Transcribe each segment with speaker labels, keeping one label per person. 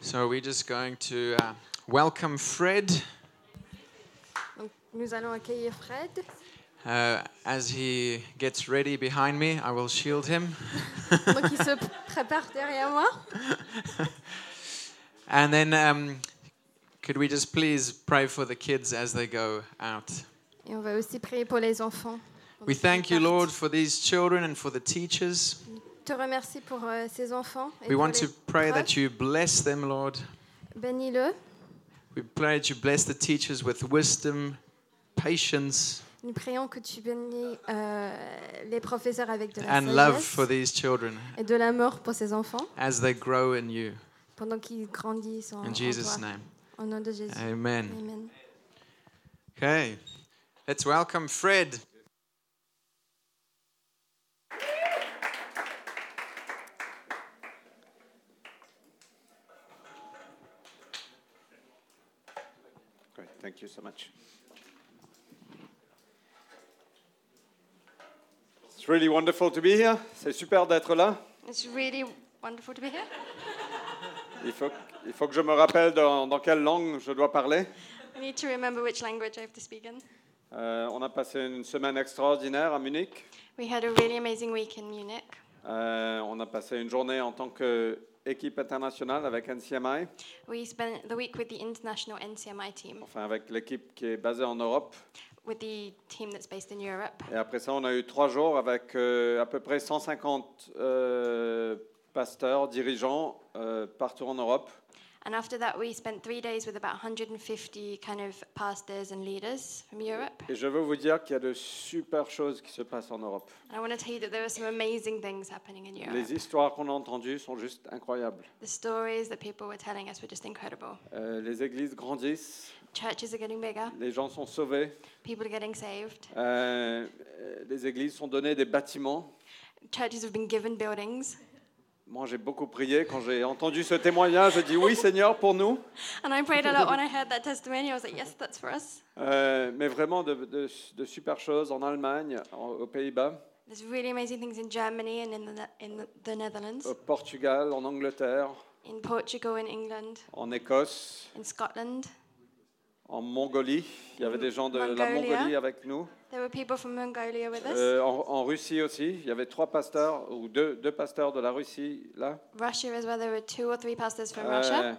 Speaker 1: So we're just going to uh, welcome Fred
Speaker 2: Donc, nous allons accueillir Fred.
Speaker 1: uh, as he gets ready behind me. I will shield him.
Speaker 2: Donc, il se pr- prépare derrière moi.
Speaker 1: And then, um, could we just please pray for the kids as they go out?
Speaker 2: Et on va aussi prier pour les enfants.
Speaker 1: We thank you, Lord, for these children and for the teachers.
Speaker 2: te remercie pour euh, ces enfants. Et
Speaker 1: We
Speaker 2: pour
Speaker 1: want
Speaker 2: les
Speaker 1: to pray that
Speaker 2: profs.
Speaker 1: you bless them, Lord.
Speaker 2: Bénis-le.
Speaker 1: We pray that you bless the teachers with wisdom, patience,
Speaker 2: Nous prions que tu bénis euh, les professeurs avec de la
Speaker 1: and love
Speaker 2: sagesse
Speaker 1: for these children
Speaker 2: et de l'amour pour ces enfants
Speaker 1: as they grow in you.
Speaker 2: pendant qu'ils grandissent en, en
Speaker 1: In
Speaker 2: toi.
Speaker 1: Jesus' name.
Speaker 2: Au nom de Jésus.
Speaker 1: Oh, Amen.
Speaker 2: Amen.
Speaker 1: Okay, let's welcome Fred.
Speaker 3: Great, thank you so much. It's really wonderful to be here. C'est super d'être là.
Speaker 4: It's really wonderful to be here.
Speaker 3: Il faut, il faut que je me rappelle dans, dans quelle langue je dois parler.
Speaker 4: I need to remember which language I have to speak in.
Speaker 3: Euh, on a passé une semaine extraordinaire à Munich.
Speaker 4: We had a really amazing week in Munich.
Speaker 3: Euh, on a passé une journée en tant qu'équipe internationale avec NCMI,
Speaker 4: We spent the week with the international NCMI team,
Speaker 3: enfin avec l'équipe qui est basée en Europe.
Speaker 4: with the team that's based in Europe.
Speaker 3: Et après ça, on a eu trois jours avec euh, à peu près 150 euh, pasteurs, dirigeants euh, partout en Europe.
Speaker 4: And after that, we spent three days with about 150 kind of pastors and leaders from Europe.
Speaker 3: Et je veux vous dire qu'il y a de super choses qui se passent en Europe.
Speaker 4: And I want to tell you that there are some amazing things happening in Europe.
Speaker 3: Les histoires qu'on a entendues sont juste incroyables.
Speaker 4: The stories that people were telling us were just incredible.
Speaker 3: Euh, les églises grandissent,
Speaker 4: Churches are getting bigger,
Speaker 3: les gens sont sauvés,
Speaker 4: people are getting saved,
Speaker 3: euh, euh, les églises sont données des bâtiments.
Speaker 4: churches have been given buildings.
Speaker 3: Moi, j'ai beaucoup prié quand j'ai entendu ce témoignage. J'ai dit oui, Seigneur, pour nous.
Speaker 4: And I prayed a lot when I heard that testimony. I was like, yes, that's for us.
Speaker 3: Euh, mais vraiment de, de- de super choses en Allemagne, en- aux Pays-Bas,
Speaker 4: There's really amazing things in Germany and in the, Ne- in the- the Netherlands,
Speaker 3: au Portugal, en Angleterre,
Speaker 4: in Portugal, in England,
Speaker 3: en Écosse,
Speaker 4: in Scotland.
Speaker 3: en Mongolie. Il y avait des gens de la
Speaker 4: Mongolia.
Speaker 3: Mongolie avec nous.
Speaker 4: There were people from Mongolia with us,
Speaker 3: Euh, en, en Russie aussi, il y avait trois pasteurs ou deux, deux pasteurs de la Russie là.
Speaker 4: Russia as well. There were two or three pastors from
Speaker 3: Euh,
Speaker 4: Russia.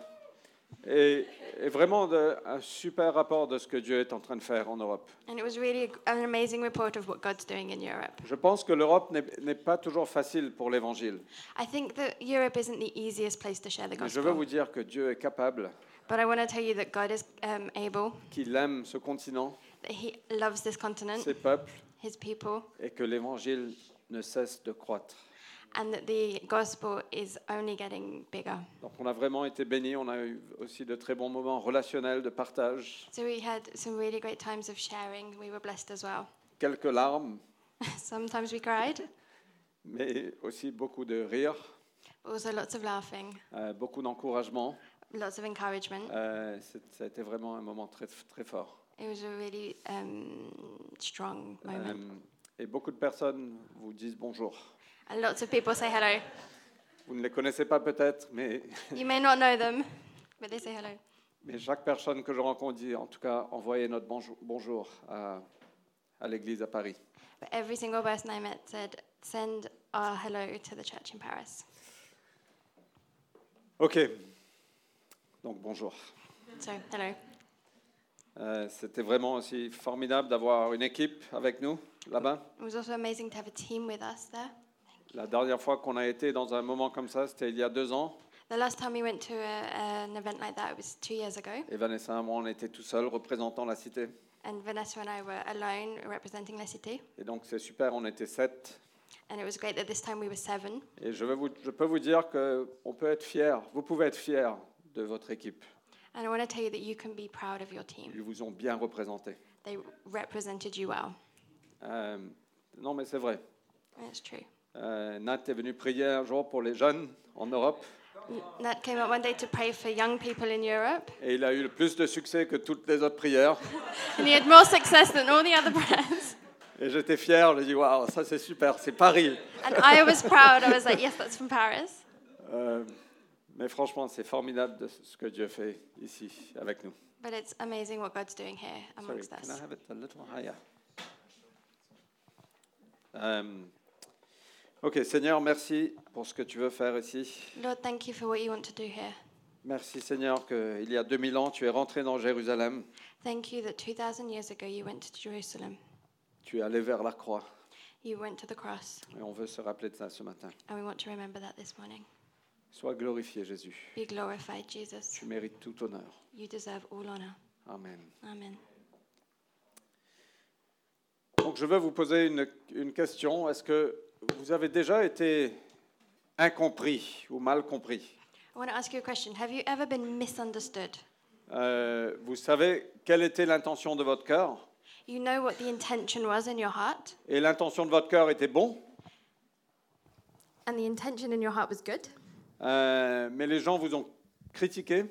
Speaker 3: et, et vraiment de- un super rapport de ce que Dieu est en train de faire en Europe.
Speaker 4: And it was really an amazing report of what God's doing in Europe.
Speaker 3: Je pense que l'Europe n'est n'est pas toujours facile pour l'Évangile.
Speaker 4: I think that Europe isn't the easiest place to share the
Speaker 3: Mais je veux vous
Speaker 4: gospel.
Speaker 3: dire que Dieu est capable,
Speaker 4: But I want to tell you that God is um, able,
Speaker 3: qu'il aime ce continent,
Speaker 4: that He loves this continent,
Speaker 3: ses peuples,
Speaker 4: His people,
Speaker 3: et que l'Évangile ne cesse de croître.
Speaker 4: and that the gospel is only getting bigger.
Speaker 3: Donc on a vraiment été bénis, on a eu aussi de très bons moments relationnels, de partage,
Speaker 4: So we had some really great times of sharing. We were blessed as well.
Speaker 3: quelques larmes,
Speaker 4: Sometimes we cried,
Speaker 3: mais aussi beaucoup de rires.
Speaker 4: but also lots of laughing,
Speaker 3: Euh, beaucoup d'encouragement.
Speaker 4: lots of encouragement.
Speaker 3: Euh, c'est- ça a été vraiment un moment très, très fort.
Speaker 4: It was a really um, strong moment.
Speaker 3: Euh, et beaucoup de personnes vous disent bonjour.
Speaker 4: And lots of people say hello.
Speaker 3: Vous ne les connaissez pas peut-être, mais,
Speaker 4: You may not know them, but they say hello.
Speaker 3: mais chaque personne que je rencontre dit, en tout cas, envoyez notre bonjour, bonjour à, à l'église à Paris.
Speaker 4: But every single person I met said, send our hello to the church in Paris.
Speaker 3: OK. Donc bonjour.
Speaker 4: So, hello.
Speaker 3: Euh, C'était vraiment aussi formidable d'avoir une équipe avec nous là-bas.
Speaker 4: It was also amazing to have a team with us there.
Speaker 3: La dernière fois qu'on a été dans un moment comme ça, c'était il y a deux ans.
Speaker 4: The last time we went to a, an event like that was two years ago,
Speaker 3: Et Vanessa et moi, on était tout seuls représentant la cité.
Speaker 4: and Vanessa and I were alone representing La Cité.
Speaker 3: Et donc c'est super, on était sept.
Speaker 4: And it was great that this time we were seven.
Speaker 3: Et je, veux vous- je peux vous dire que on peut être fier, vous pouvez être fier de votre équipe.
Speaker 4: And I want to tell you that you can be proud of your team.
Speaker 3: Ils vous ont bien représenté.
Speaker 4: They represented you well.
Speaker 3: Euh, non, mais c'est vrai.
Speaker 4: That's true.
Speaker 3: Euh, Nat est venue prier un jour pour les jeunes en Europe
Speaker 4: N- Nat came up one day to pray for young people in Europe,
Speaker 3: et il a eu le plus de succès que toutes les autres prières.
Speaker 4: and he had more success than all the other brands.
Speaker 3: Et j'étais fier, j'ai dit waouh, ça c'est super, c'est Paris.
Speaker 4: And I was proud. I was like, yes, that's from Paris.
Speaker 3: Euh, Mais franchement, c'est formidable de ce que Dieu fait ici avec nous.
Speaker 2: But it's amazing what God's doing here
Speaker 3: Sorry,
Speaker 2: amongst
Speaker 3: can I
Speaker 2: us.
Speaker 3: have it a little higher? Um, ok, Seigneur, merci pour ce que tu veux faire ici.
Speaker 2: Lord, thank you for what you want to do here.
Speaker 3: Merci, Seigneur, qu'il y a 2000 ans, tu es rentré dans Jérusalem,
Speaker 2: Thank you that 2,000 years ago you went to Jerusalem.
Speaker 3: tu es allé vers la croix.
Speaker 2: You went to the cross,
Speaker 3: Et on veut se rappeler de ça ce matin.
Speaker 2: and we want to remember that this morning.
Speaker 3: Sois glorifié, Jésus.
Speaker 2: Be glorified, Jesus.
Speaker 3: Tu mérites tout honneur.
Speaker 2: You deserve all honor.
Speaker 3: Amen.
Speaker 2: Amen.
Speaker 3: Donc, je veux vous poser une, une question. Est-ce que vous avez déjà été incompris ou mal compris
Speaker 2: I want to ask you a question. Have you ever been misunderstood?
Speaker 3: Euh, Vous savez quelle était l'intention de votre cœur
Speaker 2: You know what the intention was in your heart,
Speaker 3: Et l'intention de votre cœur était bon
Speaker 4: and the intention in your heart was good,
Speaker 3: Euh, mais les gens vous ont critiqué,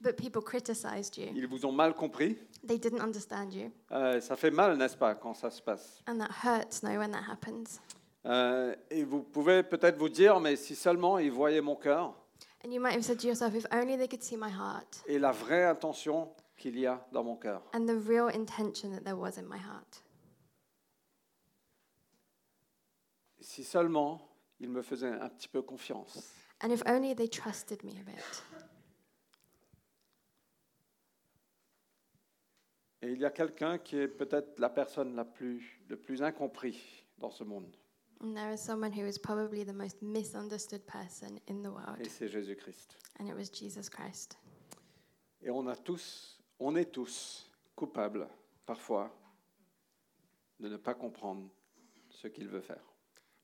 Speaker 4: but people criticized you.
Speaker 3: ils vous ont mal compris.
Speaker 4: They didn't understand you,
Speaker 3: Euh, ça fait mal, n'est-ce pas, quand ça se passe
Speaker 4: and that hurts now when that happens.
Speaker 3: Euh, Et vous pouvez peut-être vous dire, mais si seulement ils voyaient mon cœur
Speaker 4: And you might have said to yourself, if only they could see my heart
Speaker 3: et la vraie intention qu'il y a dans mon cœur.
Speaker 4: and the real intention that there was in my heart.
Speaker 3: Si seulement ils me faisaient un petit peu confiance.
Speaker 4: And if only they trusted me a bit.
Speaker 3: Et il y a quelqu'un qui est peut-être la personne la plus, le plus incompris dans ce monde,
Speaker 4: And there is someone who is probably the most misunderstood person in the
Speaker 3: et
Speaker 4: world,
Speaker 3: c'est Jésus-Christ.
Speaker 4: and it was Jesus Christ.
Speaker 3: Et on a tous, on est tous coupables parfois de ne pas comprendre ce qu'il veut faire,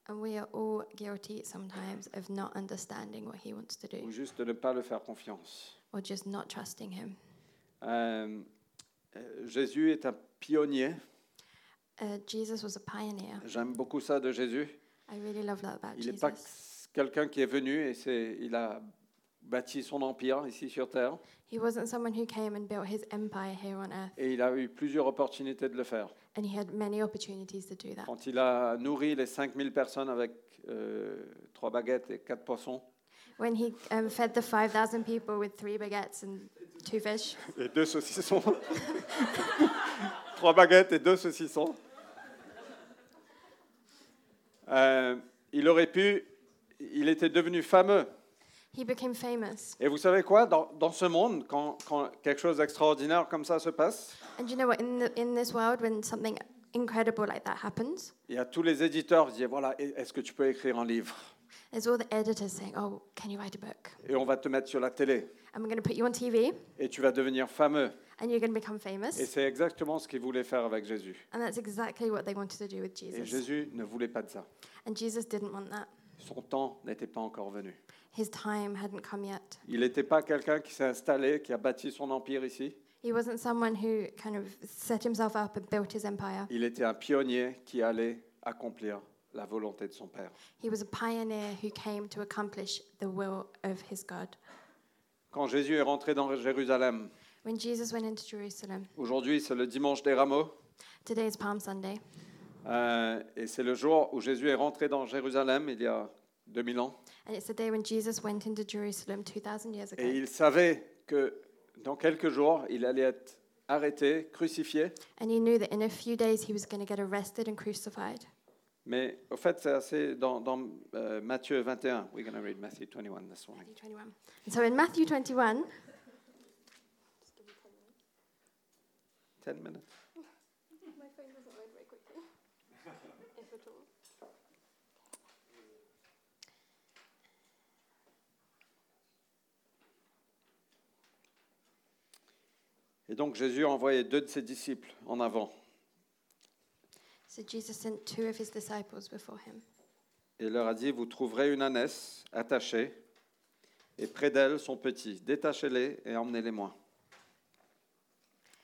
Speaker 4: And we are all guilty sometimes of not understanding what he wants to
Speaker 3: ou
Speaker 4: do
Speaker 3: juste de ne pas le faire confiance.
Speaker 4: or just not trusting him.
Speaker 3: Euh, euh, Jésus est un pionnier.
Speaker 4: Uh, Jesus was a pioneer.
Speaker 3: J'aime beaucoup ça de Jésus.
Speaker 4: I really love that about
Speaker 3: Il n'est
Speaker 4: Jesus.
Speaker 3: pas quelqu'un qui est venu et c'est, il a bâti son empire ici sur terre
Speaker 4: He wasn't someone who came and built his empire here on earth,
Speaker 3: et il a eu plusieurs opportunités de le faire.
Speaker 4: and he had many opportunities to do that.
Speaker 3: Quand il a nourri les 5000 personnes avec euh, trois baguettes et quatre poissons
Speaker 4: When he um, fed the 5,000 people with three baguettes and two fish,
Speaker 3: et deux saucissons, trois baguettes et deux saucissons, Euh, il aurait pu, il était devenu fameux.
Speaker 4: he became famous.
Speaker 3: Et vous savez quoi, dans, dans ce monde, quand, quand quelque chose d'extraordinaire comme ça se passe,
Speaker 4: And you know what? In, the, in this world, when something incredible like that happens,
Speaker 3: il y a tous les éditeurs qui disent, voilà, est-ce que tu peux écrire un livre
Speaker 4: there's all the editors saying, Oh, can you write a book?
Speaker 3: Et on va te mettre sur la télé
Speaker 4: And we're going to put you on TV,
Speaker 3: et tu vas devenir fameux.
Speaker 4: and you're going to become famous.
Speaker 3: Et c'est exactement ce qu'ils voulaient faire avec Jésus.
Speaker 4: And that's exactly what they wanted to do with
Speaker 3: Et
Speaker 4: Jesus.
Speaker 3: Jésus ne voulait pas de ça.
Speaker 4: And Jesus didn't want that.
Speaker 3: Son temps n'était pas encore venu.
Speaker 4: His time hadn't come yet.
Speaker 3: Il n'était pas quelqu'un qui s'est installé, qui a bâti son empire ici.
Speaker 4: He wasn't someone who kind of set himself up and built his empire.
Speaker 3: Il était un pionnier qui allait accomplir la volonté de son Père.
Speaker 4: He was a pioneer who came to accomplish the will of his God.
Speaker 3: Quand Jésus est rentré dans Jérusalem,
Speaker 4: When Jesus went into Jerusalem,
Speaker 3: aujourd'hui c'est le dimanche des rameaux,
Speaker 4: today is Palm Sunday,
Speaker 3: euh, et c'est le jour où Jésus est rentré dans Jérusalem il y a 2000 ans,
Speaker 4: and it's the day when Jesus went into Jerusalem 2,000 years ago.
Speaker 3: et il savait que dans quelques jours, il allait être arrêté, crucifié,
Speaker 4: And he knew that in a few days he was going to get arrested and crucified.
Speaker 3: mais au fait c'est assez dans, dans, euh, Matthieu 21, we're going to read Matthew 21 this morning.
Speaker 4: Matthew 21. And so in Matthew 21,
Speaker 3: 10 minutes. Et donc Jésus a envoyé deux de ses disciples en avant.
Speaker 4: so Jesus sent two of his disciples before him.
Speaker 3: et leur a dit, vous trouverez uneânesse attachée, et près d'elle son petit. Détachez-les et emmenez-les moi.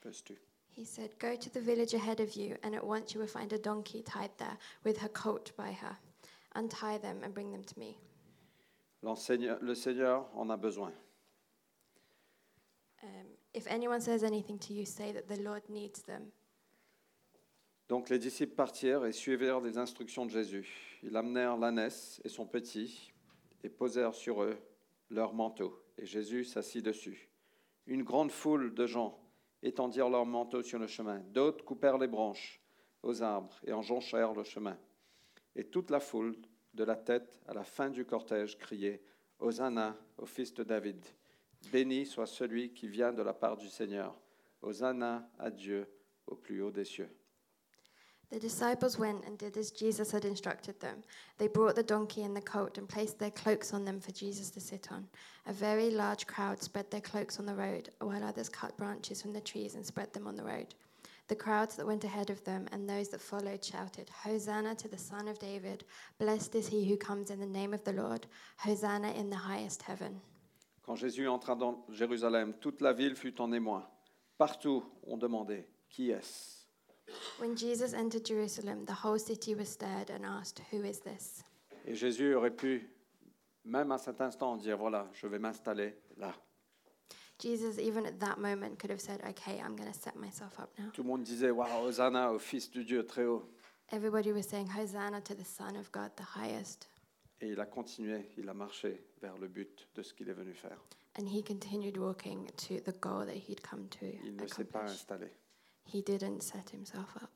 Speaker 3: Peux-tu
Speaker 4: He said, Go to the village ahead of you, and at once you will find a donkey tied there with her colt by her. Untie them and bring them to me.
Speaker 3: L'enseigne- Le Seigneur en a besoin.
Speaker 4: Um, if anyone says anything to you, say that the Lord needs them.
Speaker 3: Donc les disciples partirent et suivirent les instructions de Jésus. Ils amenèrent l'ânesse et son petit et posèrent sur eux leur manteau, et Jésus s'assit dessus. Une grande foule de gens étendirent leurs manteaux sur le chemin, d'autres coupèrent les branches aux arbres et en jonchèrent le chemin. Et toute la foule, de la tête à la fin du cortège, criait Hosanna au fils de David. Béni soit celui qui vient de la part du Seigneur. Hosanna à Dieu au plus haut des cieux.
Speaker 4: The disciples went and did as Jesus had instructed them. They brought the donkey and the colt and placed their cloaks on them for Jesus to sit on. A very large crowd spread their cloaks on the road, while others cut branches from the trees and spread them on the road. The crowds that went ahead of them and those that followed shouted, Hosanna to the Son of David! Blessed is he who comes in the name of the Lord! Hosanna in the highest heaven!
Speaker 3: Quand Jésus entra dans Jérusalem, toute la ville fut en émoi. Partout, on demandait Qui est-ce
Speaker 4: When Jesus entered Jerusalem, the whole city was stirred and asked, Who is this?
Speaker 3: Et Jésus aurait pu, même à cet instant, dire Voilà, je vais m'installer là.
Speaker 4: Jesus, even at that moment, could have said, Okay, I'm going to set myself up now.
Speaker 3: Tout le monde disait Waouh, Hosanna au Fils du Dieu très haut.
Speaker 4: Everybody was saying, Hosanna to the Son of God, the highest.
Speaker 3: Et il a continué, il a marché vers le but de ce qu'il est venu faire.
Speaker 4: And he continued walking to the goal that he'd come to.
Speaker 3: Il ne s'est pas
Speaker 4: accomplish.
Speaker 3: installé.
Speaker 4: He didn't set himself up.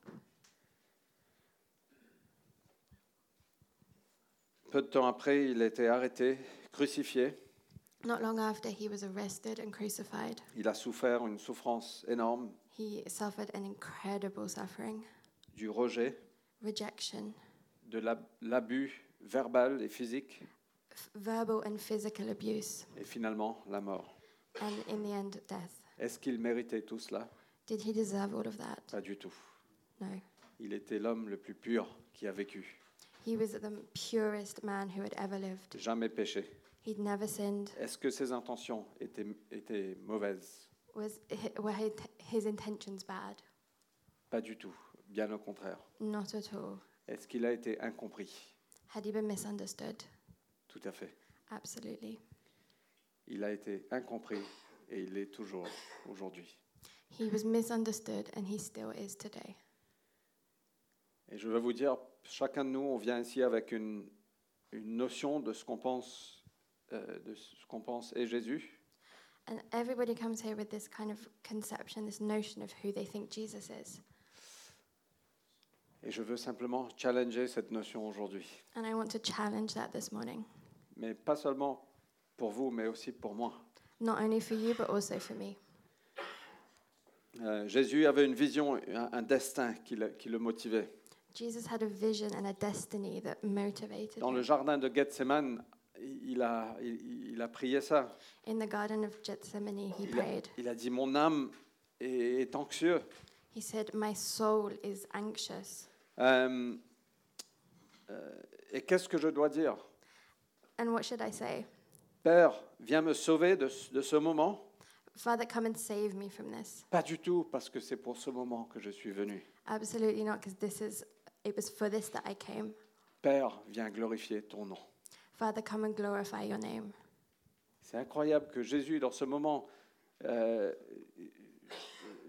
Speaker 3: Peu de temps après, il a été arrêté, crucifié.
Speaker 4: Not long after, he was arrested and crucified.
Speaker 3: Il a souffert une souffrance énorme
Speaker 4: He suffered an incredible suffering,
Speaker 3: du rejet,
Speaker 4: rejection,
Speaker 3: de l'ab- l'abus verbal et physique,
Speaker 4: f- verbal and physical abuse,
Speaker 3: et finalement la mort.
Speaker 4: and in the end, death.
Speaker 3: Est-ce qu'il méritait tout cela
Speaker 4: Did he deserve all of that?
Speaker 3: Pas du tout.
Speaker 4: No.
Speaker 3: Il était l'homme le plus pur qui a vécu,
Speaker 4: He was the purest man who had ever lived.
Speaker 3: jamais péché.
Speaker 4: He'd never sinned.
Speaker 3: Est-ce que ses intentions étaient, étaient mauvaises
Speaker 4: Was hi- were hi- his intentions bad?
Speaker 3: Pas du tout, bien au contraire.
Speaker 4: Not at all.
Speaker 3: Est-ce qu'il a été incompris
Speaker 4: Had he been misunderstood?
Speaker 3: Tout à fait.
Speaker 4: Absolutely.
Speaker 3: Il a été incompris et il l'est toujours aujourd'hui.
Speaker 4: He was misunderstood and he still is today.
Speaker 3: Et je veux vous dire, chacun de nous, on vient ici avec une, une notion de ce qu'on pense, euh, de ce qu'on pense est Jésus.
Speaker 4: And everybody comes here with this kind of conception, this notion of who they think Jesus is.
Speaker 3: Et je veux simplement challenger cette notion aujourd'hui.
Speaker 4: And I want to challenge that this morning,
Speaker 3: Mais pas seulement pour vous, mais aussi pour moi.
Speaker 4: not only for you, but also for me.
Speaker 3: Euh, Jésus avait une vision, un, un destin qui le, qui le motivait.
Speaker 4: Jesus had a vision and a destiny that motivated
Speaker 3: Dans le
Speaker 4: him.
Speaker 3: jardin de Gethsemane, il a, il, il a prié ça.
Speaker 4: In the Garden of Gethsemane, he
Speaker 3: Il a,
Speaker 4: prayed.
Speaker 3: il a dit, mon âme est, est anxieuse.
Speaker 4: He said, My soul is anxious.
Speaker 3: Euh, euh, et qu'est-ce que je dois dire
Speaker 4: And what should I say?
Speaker 3: Père, viens me sauver de, ce- de ce moment
Speaker 4: Father, come and save me from this.
Speaker 3: Pas du tout, parce que c'est pour ce moment que je suis venu.
Speaker 4: Absolutely not, because this is, it was for this that I came.
Speaker 3: Père, viens glorifier ton nom.
Speaker 4: Father, come and glorify your name.
Speaker 3: C'est incroyable que Jésus, dans ce moment, euh,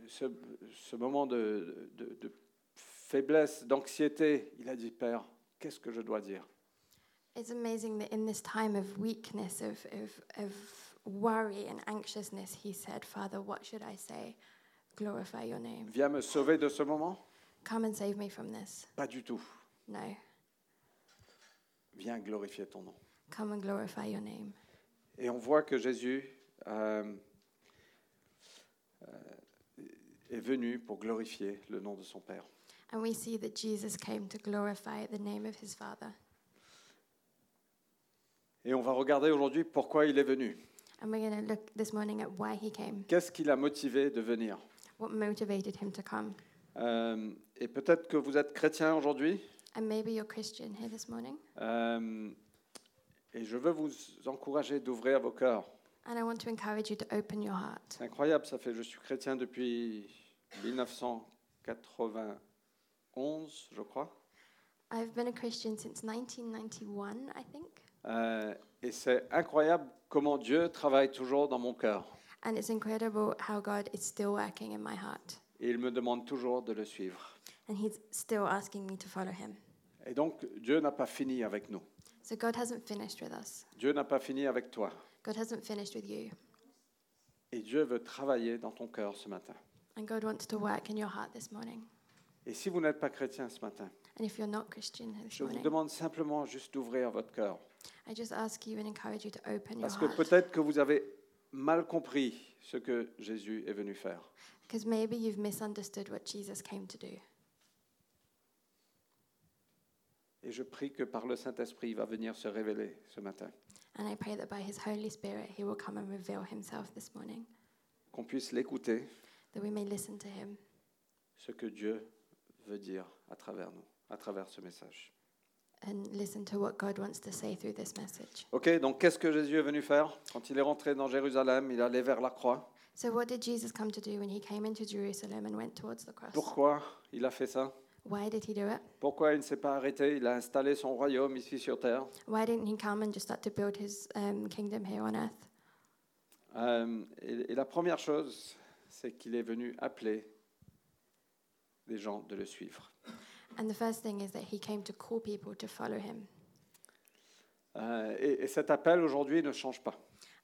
Speaker 3: ce, ce moment de, de- de faiblesse, d'anxiété, il a dit, Père, qu'est-ce que je dois dire
Speaker 4: It's amazing that in this time of weakness, of, of, of worry and anxiousness, he said, Father, what should I say? Glorify your name.
Speaker 3: Viens me sauver de ce moment
Speaker 4: Come and save me from this.
Speaker 3: Pas du tout.
Speaker 4: No,
Speaker 3: Viens glorifier ton nom.
Speaker 4: come and glorify your name.
Speaker 3: Et on voit que Jésus euh, euh, est venu pour glorifier le nom de son Père.
Speaker 4: And we see that Jesus came to glorify the name of his Father.
Speaker 3: Et on va regarder aujourd'hui pourquoi il est venu.
Speaker 4: And we're going to look this morning at why he came,
Speaker 3: Qu'est-ce qui l'a motivé de venir
Speaker 4: what motivated him to come.
Speaker 3: Euh, Et peut-être que vous êtes chrétien aujourd'hui.
Speaker 4: And maybe you're Christian here this morning.
Speaker 3: euh, et je veux vous encourager d'ouvrir vos cœurs.
Speaker 4: And I want to encourage you to open your heart.
Speaker 3: C'est incroyable, ça fait. Je suis chrétien depuis 1991, je crois.
Speaker 4: I've been a Christian since 1991, I think.
Speaker 3: Euh, et c'est incroyable comment Dieu travaille toujours dans mon cœur.
Speaker 4: And it's incredible how God is still working in my heart.
Speaker 3: Et il me demande toujours de le suivre.
Speaker 4: And He's still asking me to follow Him.
Speaker 3: Et donc, Dieu n'a pas fini avec nous.
Speaker 4: So God hasn't finished with us.
Speaker 3: Dieu n'a pas fini avec toi.
Speaker 4: God hasn't finished with you,
Speaker 3: Et Dieu veut travailler dans ton cœur ce matin.
Speaker 4: and God wants to work in your heart this morning.
Speaker 3: Et si vous n'êtes pas chrétien ce matin,
Speaker 4: And if you're not Christian this
Speaker 3: je vous
Speaker 4: morning,
Speaker 3: demande simplement juste d'ouvrir votre cœur.
Speaker 4: I just ask you and encourage you to open your
Speaker 3: Parce que
Speaker 4: heart.
Speaker 3: peut-être que vous avez mal compris ce que Jésus est venu faire.
Speaker 4: Because maybe you've misunderstood what Jesus came to do.
Speaker 3: Et je prie que par le Saint-Esprit, il va venir se révéler ce matin.
Speaker 4: And I pray that by His Holy Spirit, He will come and reveal Himself this morning,
Speaker 3: Qu'on puisse l'écouter,
Speaker 4: that we may listen to Him
Speaker 3: ce que Dieu veut dire à travers nous, à travers ce message.
Speaker 4: and listen to what God wants to say through this message.
Speaker 3: Ok, donc qu'est-ce que Jésus est venu faire Quand il est rentré dans Jérusalem, il allait vers la croix.
Speaker 4: So, what did Jesus come to do when He came into Jerusalem and went towards the cross?
Speaker 3: Pourquoi il a fait ça
Speaker 4: Why did He do it?
Speaker 3: Pourquoi il ne s'est pas arrêté Il a installé son royaume ici sur terre.
Speaker 4: Why didn't He come and just start to build His um, kingdom here on earth?
Speaker 3: Euh, et, et la première chose, c'est qu'il est venu appeler les gens de le suivre.
Speaker 4: And the first thing is that He came to call people to follow Him.
Speaker 3: Euh, et, et cet appel aujourd'hui ne change pas.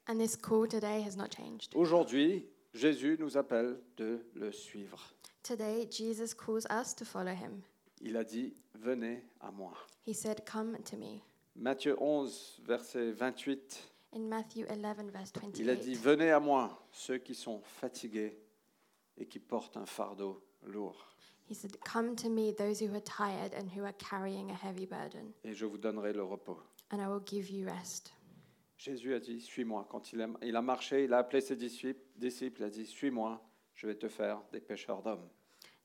Speaker 4: And this call today has not changed.
Speaker 3: Aujourd'hui, Jésus nous appelle de le suivre.
Speaker 4: Today, Jesus calls us to follow Him.
Speaker 3: Il a dit, venez à moi.
Speaker 4: He said, Come to me.
Speaker 3: Matthieu 11, verset 28,
Speaker 4: In Matthew 11, verse
Speaker 3: il a dit,
Speaker 4: 28,
Speaker 3: venez à moi ceux qui sont fatigués et qui portent un fardeau lourd,
Speaker 4: he said, Come to me, those who are tired and who are carrying a heavy burden,
Speaker 3: et je vous donnerai le repos.
Speaker 4: and I will give you rest.
Speaker 3: Jésus a dit, suis-moi. Quand il a, il a marché, il a appelé ses disciples, disciples, il a dit, suis-moi, je vais te faire des pêcheurs d'hommes.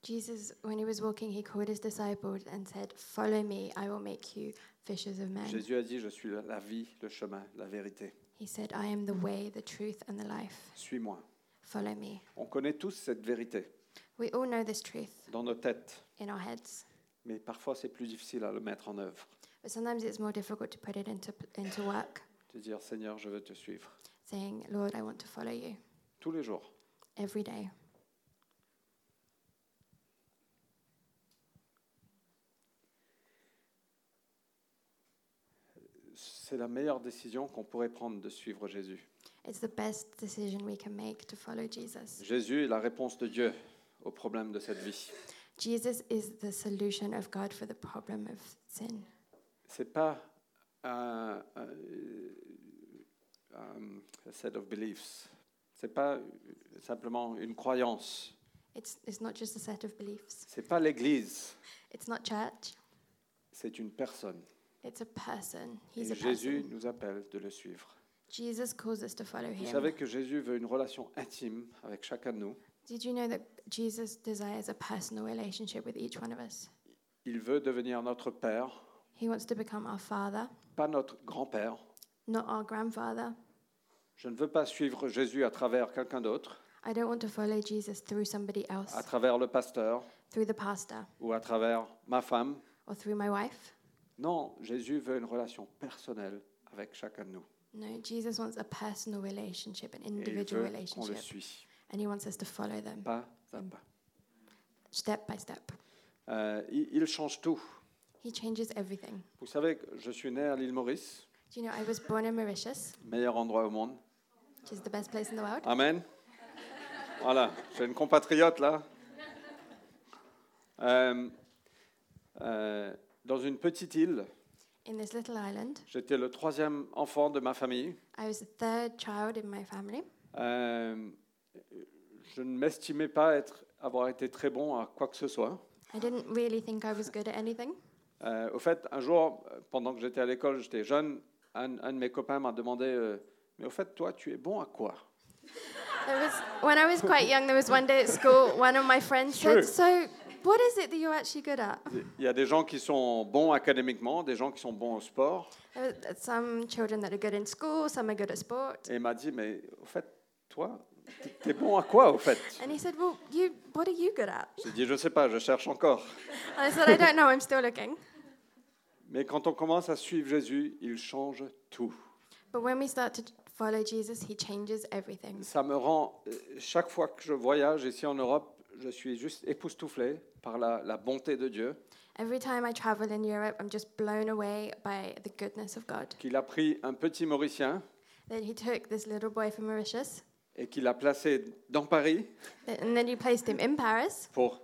Speaker 4: Jesus, when he was walking, he called his disciples and said, Follow me, I will make you fishers of men.
Speaker 3: Jésus a dit, je suis la- la vie, le chemin, la vérité.
Speaker 4: He said, I am the way, the truth, and the life.
Speaker 3: Suis-moi.
Speaker 4: Follow me.
Speaker 3: On connaît tous cette vérité
Speaker 4: We all know this truth
Speaker 3: dans nos têtes,
Speaker 4: in our heads,
Speaker 3: mais parfois c'est plus difficile à le mettre en œuvre.
Speaker 4: but sometimes it's more difficult to put it into, into work,
Speaker 3: De dire, Seigneur, je veux te suivre.
Speaker 4: saying, Lord, I want to follow you
Speaker 3: Tous les jours.
Speaker 4: every day.
Speaker 3: C'est la meilleure décision qu'on pourrait prendre de suivre Jésus.
Speaker 4: It's the best decision we can make to follow Jesus.
Speaker 3: Jésus est la réponse de Dieu au problème de cette vie.
Speaker 4: Jesus is the solution of God for the problem of sin.
Speaker 3: C'est pas un, un- un- a set of beliefs. C'est pas simplement une croyance.
Speaker 4: It's, it's not just a set of beliefs,
Speaker 3: C'est pas l'Église.
Speaker 4: it's not church,
Speaker 3: C'est une personne.
Speaker 4: it's a person.
Speaker 3: Et
Speaker 4: He's a
Speaker 3: Jésus
Speaker 4: person.
Speaker 3: nous appelle de le suivre.
Speaker 4: Jesus calls us to follow
Speaker 3: Vous
Speaker 4: him.
Speaker 3: savez que Jésus veut une relation intime avec chacun de nous.
Speaker 4: Did you know that Jesus desires a personal relationship with each one of us?
Speaker 3: Il veut devenir notre père,
Speaker 4: He wants to become our father,
Speaker 3: pas notre grand-père.
Speaker 4: not our grandfather.
Speaker 3: Je ne veux pas suivre Jésus à travers quelqu'un d'autre,
Speaker 4: I don't want to follow Jesus through somebody else,
Speaker 3: à travers le pasteur
Speaker 4: through the pastor
Speaker 3: ou à travers ma femme.
Speaker 4: or through my wife.
Speaker 3: Non, Jésus veut une relation personnelle avec chacun de nous.
Speaker 4: No, Jesus wants a personal relationship, an
Speaker 3: Et il
Speaker 4: individual
Speaker 3: veut qu'on le
Speaker 4: relationship. Mm.
Speaker 3: suit,
Speaker 4: and he wants us to follow them
Speaker 3: pas à pas.
Speaker 4: step by step.
Speaker 3: Euh, il, il change tout.
Speaker 4: He changes everything.
Speaker 3: Vous savez que je suis né à l'île Maurice,
Speaker 4: Do you know I was born in Mauritius,
Speaker 3: meilleur endroit au monde.
Speaker 4: which is the best place in the world?
Speaker 3: Amen. Voilà, j'ai une compatriote là. Euh, euh, dans une petite île,
Speaker 4: In this little island,
Speaker 3: j'étais le troisième enfant de ma famille.
Speaker 4: I was the third child in my family.
Speaker 3: Euh, je ne m'estimais pas être, avoir été très bon à quoi que ce soit.
Speaker 4: I didn't really think I was good at anything.
Speaker 3: Euh, au fait, un jour, euh, pendant que j'étais à l'école, j'étais jeune, un, un de mes copains m'a demandé euh, Mais au fait, toi, tu es bon à quoi
Speaker 4: There was when I was quite young. There was one day at school, one of my friends
Speaker 3: Sure.
Speaker 4: said, "So, what is it that you're actually good at?"
Speaker 3: Il y a des gens qui sont bons académiquement, des gens qui sont bons au sport.
Speaker 4: There was uh, some children that are good in school, some are good at sport,
Speaker 3: Et il m'a dit Mais au fait, toi, tu es bon à quoi, au fait
Speaker 4: and he said, "Well, you, what are you good at?"
Speaker 3: J'ai dit Je sais pas, je cherche encore.
Speaker 4: And I said, "I don't know. I'm still looking."
Speaker 3: Mais quand on commence à suivre Jésus, il change tout.
Speaker 4: But when we start to follow Jesus, he changes everything.
Speaker 3: Ça me rend, euh, chaque fois que je voyage ici en Europe, je suis juste époustouflé par la- la bonté de Dieu.
Speaker 4: Every time I travel in Europe, I'm just blown away by the goodness of God.
Speaker 3: qu'il a pris un petit Mauricien
Speaker 4: Then he took this little boy from Mauritius,
Speaker 3: et qu'il a placé dans Paris
Speaker 4: and then he placed him in Paris
Speaker 3: pour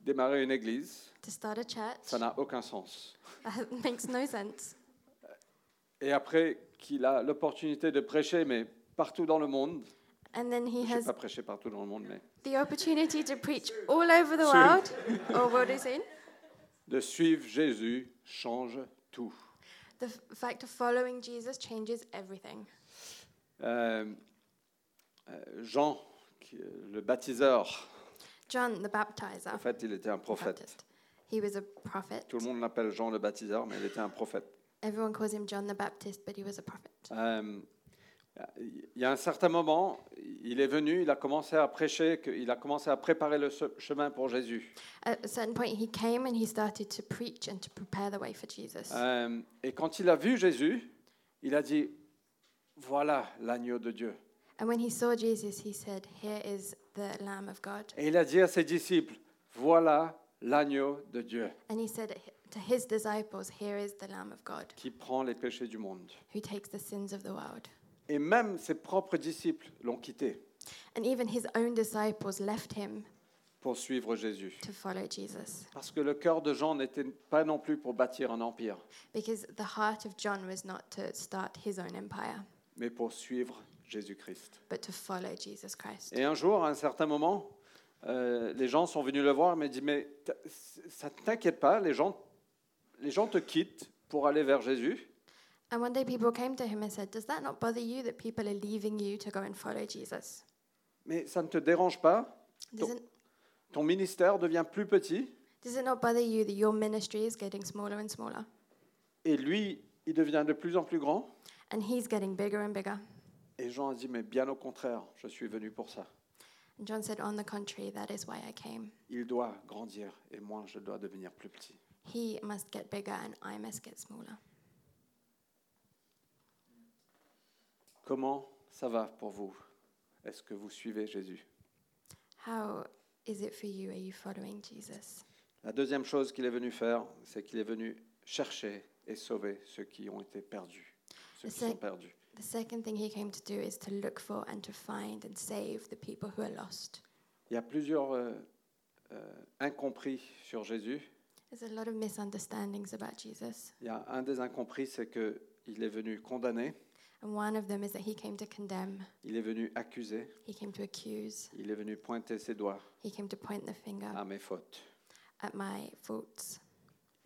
Speaker 3: démarrer une église,
Speaker 4: to start a church.
Speaker 3: ça n'a aucun sens.
Speaker 4: That makes no sense.
Speaker 3: Et après qu'il a l'opportunité de prêcher, mais partout dans le monde,
Speaker 4: And then he
Speaker 3: je n'ai
Speaker 4: has
Speaker 3: pas prêché partout dans le monde, mais
Speaker 4: the opportunity to preach all over the
Speaker 3: Sue.
Speaker 4: world, or world is in.
Speaker 3: de suivre Jésus change tout.
Speaker 4: The f- fact of following Jesus changes everything.
Speaker 3: Euh, euh, Jean, qui est le baptiseur,
Speaker 4: John the baptizer,
Speaker 3: en fait, il était un prophète.
Speaker 4: Baptist, he was a prophet.
Speaker 3: Tout le monde l'appelle Jean le baptiseur, mais il était un prophète.
Speaker 4: Everyone calls him John the Baptist, but he was a prophet.
Speaker 3: Euh, il y a un certain moment, il est venu, il a commencé à prêcher, que- il a commencé à préparer le se- chemin pour Jésus.
Speaker 4: At a certain point, he came and he started to preach and to prepare the way for Jesus.
Speaker 3: Euh, et quand il a vu Jésus, il a dit, voilà l'agneau de Dieu.
Speaker 4: and when he saw Jesus, he said, Here is the Lamb of God.
Speaker 3: Et il a dit à ses disciples, voilà l'agneau de Dieu
Speaker 4: And he said to his disciples, Here is the Lamb of God
Speaker 3: qui prend les péchés du monde.
Speaker 4: who takes the sins of the world.
Speaker 3: Et même ses propres disciples l'ont quitté
Speaker 4: And even his own disciples left him
Speaker 3: pour suivre Jésus.
Speaker 4: to follow Jesus
Speaker 3: Parce que le cœur de Jean n'était pas non plus pour bâtir un empire,
Speaker 4: because the heart of John was not to start his own empire,
Speaker 3: mais pour suivre Jésus-Christ.
Speaker 4: but to follow Jesus Christ.
Speaker 3: Et un jour, à un certain moment, euh, les gens sont venus le voir, mais dit mais t- ça t'inquiète pas, les gens, les gens te quittent pour aller vers Jésus.
Speaker 4: And one day people came to him and said, Does that not bother you that people are leaving you to go and follow Jesus?
Speaker 3: Mais ça ne te dérange pas.
Speaker 4: Doesn't
Speaker 3: Ton ministère devient plus petit
Speaker 4: Does it not bother you that your ministry is getting smaller and smaller?
Speaker 3: et lui, il devient de plus en plus grand.
Speaker 4: And he's getting bigger and bigger.
Speaker 3: Et Jean a dit mais bien au contraire, je suis venu pour ça.
Speaker 4: And John said, On the contrary, that is why I came.
Speaker 3: Il doit grandir et moi, je dois devenir plus petit.
Speaker 4: He must get bigger and I must get smaller.
Speaker 3: Comment ça va pour vous Est-ce que vous suivez Jésus
Speaker 4: How is it for you? Are you following Jesus?
Speaker 3: La deuxième chose qu'il est venu faire, c'est qu'il est venu chercher et sauver ceux qui ont été perdus, ceux qui
Speaker 4: C'est-
Speaker 3: sont perdus.
Speaker 4: The second thing he came to do is to look for and to find and save the people who are lost.
Speaker 3: Il y a plusieurs euh, euh, incompris sur Jésus.
Speaker 4: There's a lot of misunderstandings about Jesus.
Speaker 3: Il y a un des incompris, c'est que il est venu condamner,
Speaker 4: And one of them is that he came to condemn,
Speaker 3: il est venu accuser,
Speaker 4: he came to accuse,
Speaker 3: il est venu pointer ses doigts
Speaker 4: he came to point the finger
Speaker 3: à mes fautes.
Speaker 4: at my faults.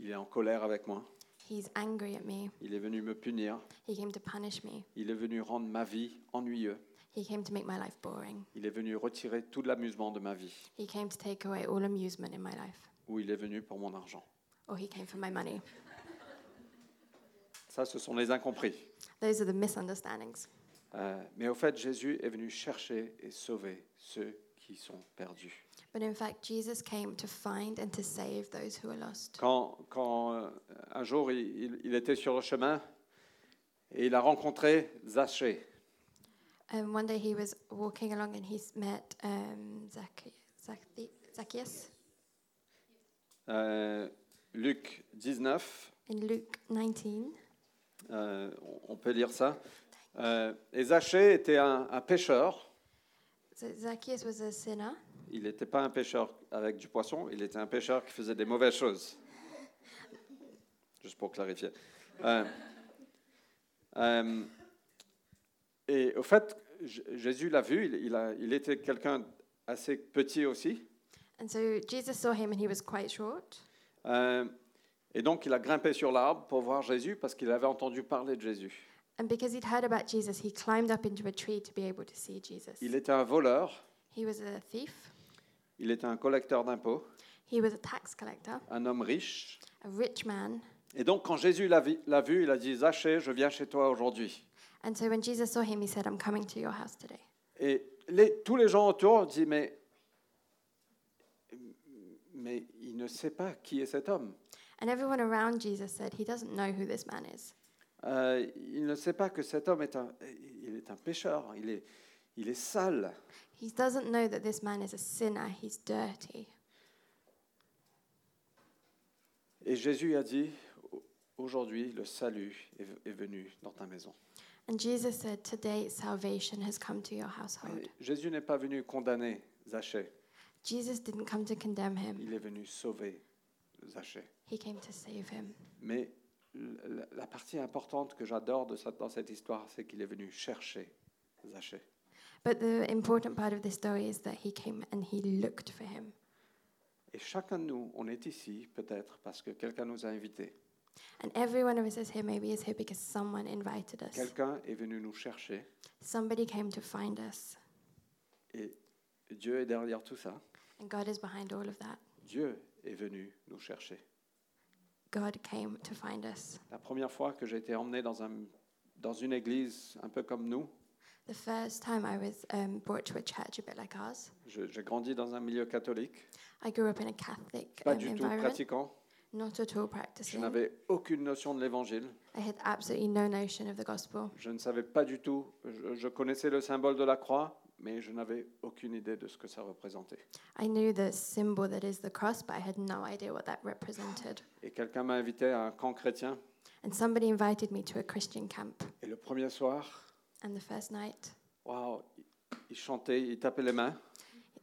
Speaker 3: Il est en colère avec moi,
Speaker 4: He's angry at me.
Speaker 3: il est venu me punir,
Speaker 4: He came to punish me.
Speaker 3: il est venu rendre ma vie ennuyeuse,
Speaker 4: He came to make my life boring.
Speaker 3: il est venu retirer tout l'amusement de ma vie,
Speaker 4: He came to take away all amusement in my life,
Speaker 3: ou il est venu pour mon argent.
Speaker 4: or he came for my money.
Speaker 3: Ça, ce sont les incompris.
Speaker 4: Those are the misunderstandings.
Speaker 3: Euh, mais au fait, Jésus est venu chercher et sauver ceux qui sont perdus.
Speaker 4: But in fact, Jesus came to find and to save those who are lost.
Speaker 3: Quand, quand euh, un jour il, il- il était sur le chemin et il a rencontré Zachée,
Speaker 4: And Um, one day he was walking along and he s- met um, Zacchaeus. Zacchaeus
Speaker 3: euh, Luc 19,
Speaker 4: in Luke 19.
Speaker 3: euh, on- on peut lire ça. Euh, et Zachée était un, un pêcheur.
Speaker 4: So Zacchaeus was a sinner.
Speaker 3: Il n'était pas un pêcheur avec du poisson, il était un pêcheur qui faisait des mauvaises choses. Juste pour clarifier. Euh, euh, et au fait, J- Jésus l'a vu, il, il a- il était quelqu'un assez petit aussi.
Speaker 4: And so Jesus saw him and he was quite short.
Speaker 3: Euh, et donc, il a grimpé sur l'arbre pour voir Jésus parce qu'il avait entendu parler de Jésus.
Speaker 4: And because he'd heard about Jesus, he climbed up into a tree to be able to see Jesus.
Speaker 3: Il était un voleur,
Speaker 4: He was a thief.
Speaker 3: il était un collecteur d'impôts,
Speaker 4: He was a tax collector,
Speaker 3: un homme riche.
Speaker 4: a rich man.
Speaker 3: Et donc, quand Jésus l'a vi- l'a vu, il a dit Zachée, je viens chez toi aujourd'hui.
Speaker 4: And so when Jesus saw him, he said, I'm coming to your house today.
Speaker 3: Et les- tous les gens autour disent, mais, mais il ne sait pas qui est cet homme.
Speaker 4: And everyone around Jesus said, He doesn't know who this man is.
Speaker 3: Euh, il ne sait pas que cet homme est un, il est un pécheur, il est, il est sale.
Speaker 4: He doesn't know that this man is a sinner. He's dirty.
Speaker 3: Et Jésus a dit, aujourd'hui, le salut est, est venu dans ta maison.
Speaker 4: And Jesus said, Today salvation has come to your household.
Speaker 3: Et Jésus n'est pas venu condamner Zachée,
Speaker 4: Jesus didn't come to condemn him,
Speaker 3: il est venu sauver Zachée.
Speaker 4: he came to save him.
Speaker 3: Mais la, la partie importante que j'adore de cette- dans cette histoire, c'est qu'il est venu chercher Zachée.
Speaker 4: But the important part of this story is that he came and he looked for him.
Speaker 3: Et chacun de nous, on est ici peut-être parce que quelqu'un nous a invités.
Speaker 4: And every one of us is here, maybe is here because someone invited us.
Speaker 3: Quelqu'un est venu nous chercher
Speaker 4: Somebody came to find us.
Speaker 3: et Dieu est derrière tout ça.
Speaker 4: And God is behind all of that.
Speaker 3: Dieu est venu nous chercher.
Speaker 4: God came to find us.
Speaker 3: La première fois que j'ai été emmené dans, un- dans une église un peu comme nous,
Speaker 4: The first time I was um, brought to a church a bit like ours,
Speaker 3: je- j'ai grandi dans un milieu catholique,
Speaker 4: I grew up in a Catholic
Speaker 3: pas
Speaker 4: um,
Speaker 3: du tout
Speaker 4: environment,
Speaker 3: pratiquant.
Speaker 4: not at all
Speaker 3: Je
Speaker 4: practicing.
Speaker 3: n'avais aucune notion de l'évangile.
Speaker 4: I had absolutely no notion of the gospel.
Speaker 3: Je ne savais pas du tout. Je, je connaissais le symbole de la croix, mais je n'avais aucune idée de ce que ça représentait.
Speaker 4: I knew the symbol that is the cross, but I had no idea what that represented.
Speaker 3: Et quelqu'un m'a invité à un camp chrétien.
Speaker 4: And somebody invited me to a Christian camp.
Speaker 3: Et le premier soir,
Speaker 4: And the first night,
Speaker 3: waouh, il- il chantait, il tapait les mains,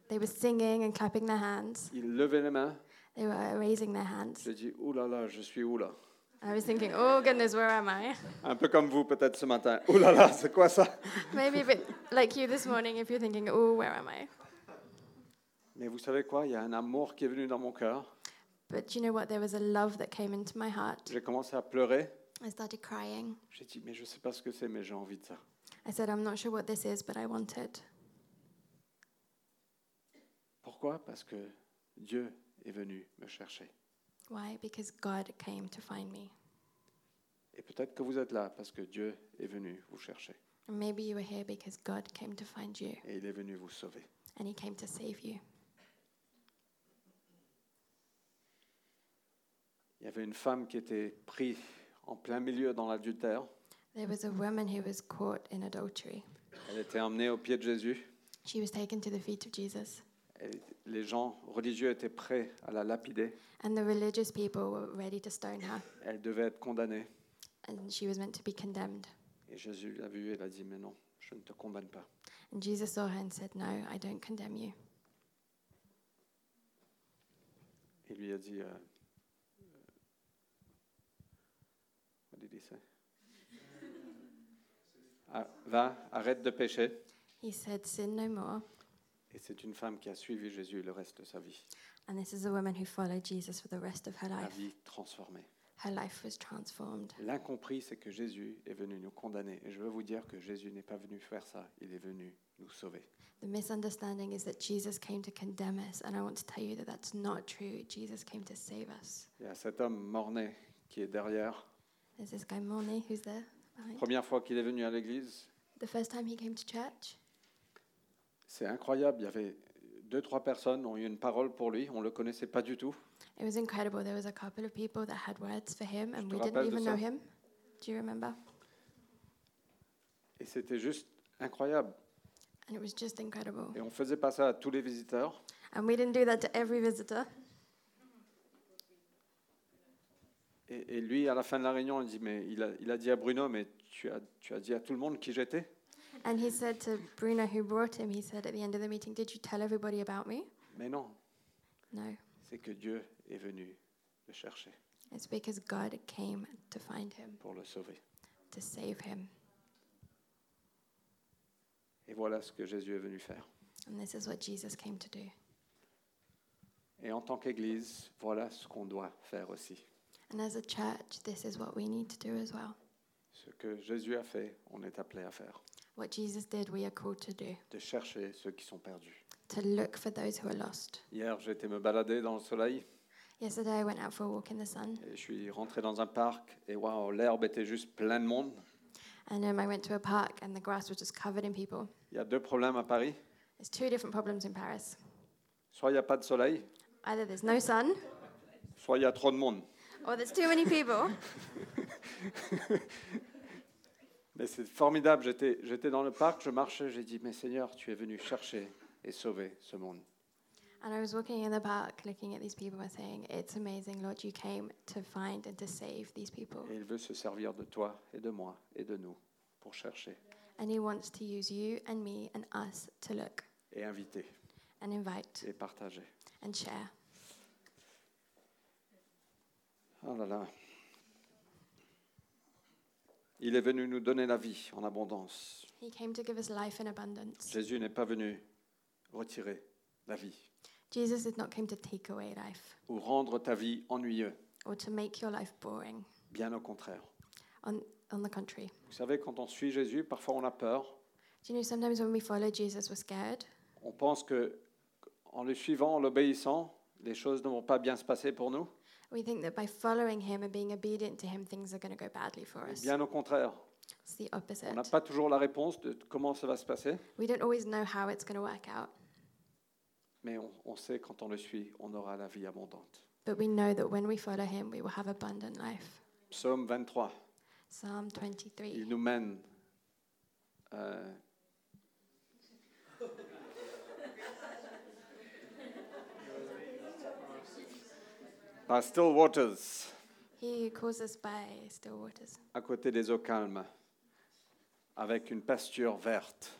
Speaker 4: they were singing and clapping their hands.
Speaker 3: il levait les mains.
Speaker 4: They were raising their hands.
Speaker 3: J'ai dit, ouh là là, je suis où là
Speaker 4: I was thinking, oh goodness, where am I?
Speaker 3: Un peu comme vous peut-être ce matin. Ouh là là, c'est quoi ça
Speaker 4: Maybe a bit like you this morning if you're thinking, oh, where am I?
Speaker 3: Mais vous savez quoi Il y a un amour qui est venu dans mon cœur.
Speaker 4: But you know what? There was a love that came into my heart.
Speaker 3: J'ai commencé à pleurer.
Speaker 4: I started crying.
Speaker 3: J'ai dit, mais je ne sais pas ce que c'est, mais j'ai envie de ça.
Speaker 4: I said, I'm not sure what this is, but I want it.
Speaker 3: Pourquoi Parce que Dieu est venu me chercher.
Speaker 4: Why? Because God came to find me.
Speaker 3: Et peut-être que vous êtes là parce que Dieu est venu vous chercher.
Speaker 4: And maybe you were here because God came to find you
Speaker 3: Et il est venu vous sauver.
Speaker 4: and He came to save you.
Speaker 3: Il y avait une femme qui était prise en plein milieu dans l'adultère.
Speaker 4: There was a woman who was caught in adultery.
Speaker 3: Elle était emmenée aux pieds de Jésus.
Speaker 4: She was taken to the feet of Jesus,
Speaker 3: Elle- les gens religieux étaient prêts à la lapider.
Speaker 4: and the religious people were ready to stone her,
Speaker 3: Elle devait être condamnée.
Speaker 4: and she was meant to be condemned.
Speaker 3: Et Jésus l'a vue et l'a dit, mais non, je ne te condamne pas.
Speaker 4: And Jesus saw her and said, No, I don't condemn you.
Speaker 3: Il lui a dit, euh, euh, what did he say? Ah, va, arrête de pécher.
Speaker 4: He said, Sin no more.
Speaker 3: Et c'est une femme qui a suivi Jésus le reste de sa vie.
Speaker 4: And this is a woman who followed Jesus for the rest of her
Speaker 3: La
Speaker 4: life.
Speaker 3: vie transformée.
Speaker 4: Her life was transformed.
Speaker 3: L'incompris, c'est que Jésus est venu nous condamner. Et je veux vous dire que Jésus n'est pas venu faire ça, il est venu nous sauver.
Speaker 4: The misunderstanding is that Jesus came to condemn us, and I want to tell you that that's not true. Jesus came to save us.
Speaker 3: Il y a cet homme mort-né qui est derrière.
Speaker 4: There's this guy, Morney, who's there behind.
Speaker 3: Première fois qu'il est venu à l'église,
Speaker 4: The first time he came to church,
Speaker 3: c'est incroyable. Il y avait deux, trois personnes ont eu une parole pour lui. On ne le connaissait pas du tout.
Speaker 4: it was incredible. There was a couple of people that had words for him, and
Speaker 3: te
Speaker 4: we didn't
Speaker 3: rappelles de
Speaker 4: even
Speaker 3: ça?
Speaker 4: know him. Do you remember?
Speaker 3: Et c'était juste incroyable.
Speaker 4: And it was just incredible.
Speaker 3: Et on faisait pas ça à tous les visiteurs.
Speaker 4: And we didn't do that to every visitor.
Speaker 3: Et, et lui, à la fin de la réunion, il dit, mais il a, il a dit à Bruno, mais tu as, tu as dit à tout le monde qui j'étais.
Speaker 4: And he said to Bruno, who brought him, he said at the end of the meeting, Did you tell everybody about me?
Speaker 3: Mais non,
Speaker 4: No.
Speaker 3: c'est que Dieu est venu le chercher
Speaker 4: It's because God came to find him,
Speaker 3: pour le sauver.
Speaker 4: to save him.
Speaker 3: Et voilà ce que Jésus est venu faire.
Speaker 4: And this is what Jesus came to do.
Speaker 3: Et en tant qu'Église, voilà ce qu'on doit faire aussi.
Speaker 4: And as a church, this is what we need to do as well.
Speaker 3: Ce que Jésus a fait, on est appelé à faire.
Speaker 4: What Jesus did, we are called to do,
Speaker 3: De chercher ceux qui sont perdus.
Speaker 4: to look for those who are lost.
Speaker 3: Hier, j'étais me balader dans le soleil
Speaker 4: Yesterday, I went out for a walk in the sun,
Speaker 3: et je suis rentré dans un parc et waouh, l'herbe était juste plein de monde.
Speaker 4: and um, I went to a park, and the grass was just covered in people.
Speaker 3: Il y a deux problèmes à Paris.
Speaker 4: There's two different problems in Paris
Speaker 3: Soit il n'y a pas de soleil,
Speaker 4: either there's no sun,
Speaker 3: soit il y a trop de monde.
Speaker 4: or Oh, there's too many people.
Speaker 3: Mais c'est formidable, j'étais, j'étais dans le parc, je marchais, j'ai dit, mais Seigneur, tu es venu chercher et sauver ce monde.
Speaker 4: And I was walking in the park, looking at these people, and saying, It's amazing, Lord, you came to find and to save these people.
Speaker 3: Et il veut se servir de toi et de moi et de nous pour chercher
Speaker 4: and He wants to use you and me and us to look
Speaker 3: et inviter
Speaker 4: and invite
Speaker 3: et partager.
Speaker 4: and share.
Speaker 3: Oh là là. Il est venu nous donner la vie en abondance.
Speaker 4: He came to give us life in abundance.
Speaker 3: Jésus n'est pas venu retirer la vie
Speaker 4: Jesus did not come to take away life
Speaker 3: ou rendre ta vie ennuyeuse.
Speaker 4: or to make your life boring.
Speaker 3: Bien au contraire.
Speaker 4: On, on the contrary.
Speaker 3: Vous savez, quand on suit Jésus, parfois on a peur.
Speaker 4: Do you know sometimes when we follow Jesus, we're scared?
Speaker 3: On pense que en le suivant, en l'obéissant, les choses ne vont pas bien se passer pour nous.
Speaker 4: We think that by following Him and being obedient to Him, things are going to go badly for us.
Speaker 3: Bien au contraire.
Speaker 4: It's the
Speaker 3: On
Speaker 4: opposite.
Speaker 3: n'a pas toujours la réponse de comment ça va se passer,
Speaker 4: We don't always know how it's going to work out,
Speaker 3: mais on, on sait quand on le suit, on aura la vie abondante.
Speaker 4: but we know that when we follow Him, we will have abundant life.
Speaker 3: Psaume 23,
Speaker 4: Psalm 23.
Speaker 3: il nous mène. euh, Par still waters.
Speaker 4: He who calls us by still waters
Speaker 3: à côté des eaux calmes, avec une pasture verte.